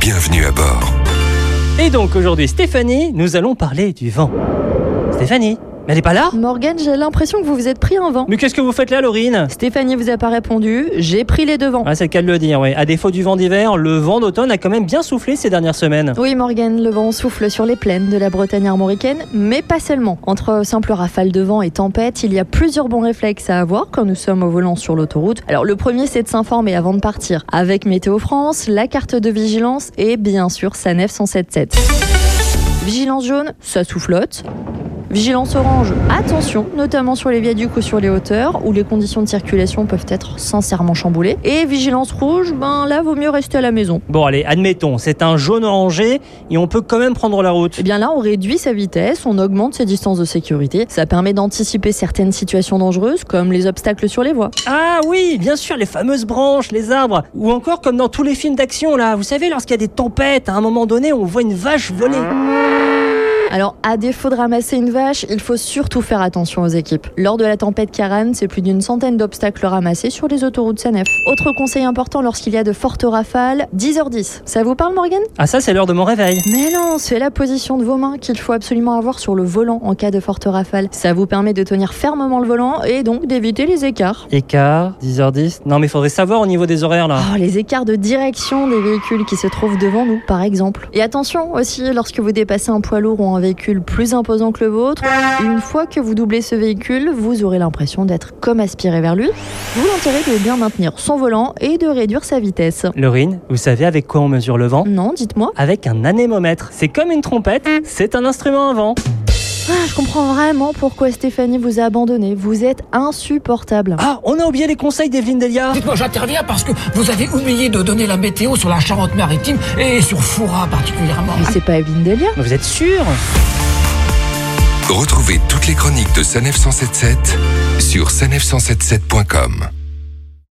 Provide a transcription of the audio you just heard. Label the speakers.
Speaker 1: Bienvenue à bord.
Speaker 2: Et donc aujourd'hui, Stéphanie, nous allons parler du vent. Stéphanie, mais elle n'est pas là
Speaker 3: Morgane, j'ai l'impression que vous vous êtes pris un vent.
Speaker 2: Mais qu'est-ce que vous faites là, Laurine
Speaker 3: Stéphanie vous a pas répondu, j'ai pris les devants.
Speaker 2: ah, c'est le cas de le dire, oui. À défaut du vent d'hiver, le vent d'automne a quand même bien soufflé ces dernières semaines.
Speaker 3: Oui, Morgane, le vent souffle sur les plaines de la Bretagne armoricaine, mais pas seulement. Entre simples rafales de vent et tempêtes, il y a plusieurs bons réflexes à avoir quand nous sommes au volant sur l'autoroute. Alors, le premier, c'est de s'informer avant de partir, avec Météo France, la carte de vigilance et bien sûr sa nef 177. Vigilance jaune, ça soufflote. Vigilance orange, attention, notamment sur les viaducs ou sur les hauteurs, où les conditions de circulation peuvent être sincèrement chamboulées. Et vigilance rouge, ben là, vaut mieux rester à la maison.
Speaker 2: Bon, allez, admettons, c'est un jaune orangé et on peut quand même prendre la route.
Speaker 3: Eh bien là, on réduit sa vitesse, on augmente ses distances de sécurité. Ça permet d'anticiper certaines situations dangereuses, comme les obstacles sur les voies.
Speaker 2: Ah oui, bien sûr, les fameuses branches, les arbres, ou encore comme dans tous les films d'action là, vous savez, lorsqu'il y a des tempêtes, à un moment donné, on voit une vache voler.
Speaker 3: Alors, à défaut de ramasser une vache, il faut surtout faire attention aux équipes. Lors de la tempête Karan, c'est plus d'une centaine d'obstacles ramassés sur les autoroutes SANEF. Autre conseil important lorsqu'il y a de fortes rafales, 10h10. Ça vous parle, Morgan
Speaker 2: Ah ça, c'est l'heure de mon réveil.
Speaker 3: Mais non, c'est la position de vos mains qu'il faut absolument avoir sur le volant en cas de forte rafale. Ça vous permet de tenir fermement le volant et donc d'éviter les écarts.
Speaker 2: Écart, 10h10. Non, mais faudrait savoir au niveau des horaires là.
Speaker 3: Oh, les écarts de direction des véhicules qui se trouvent devant nous, par exemple. Et attention aussi, lorsque vous dépassez un poids lourd ou un véhicule plus imposant que le vôtre, une fois que vous doublez ce véhicule, vous aurez l'impression d'être comme aspiré vers lui. Vous l'intérêt de bien maintenir son volant et de réduire sa vitesse.
Speaker 2: Laurine, vous savez avec quoi on mesure le vent
Speaker 3: Non, dites-moi.
Speaker 2: Avec un anémomètre. C'est comme une trompette, c'est un instrument à vent.
Speaker 3: Ah, je comprends vraiment pourquoi Stéphanie vous a abandonné. Vous êtes insupportable.
Speaker 2: Ah, on a oublié les conseils d'Evelyne Delia.
Speaker 4: Dites-moi, j'interviens parce que vous avez oublié de donner la météo sur la Charente-Maritime et sur Foura particulièrement.
Speaker 3: Mais c'est pas Evelyne Delia.
Speaker 2: Mais Vous êtes sûr
Speaker 1: Retrouvez toutes les chroniques de Sanef 177 sur sanef177.com.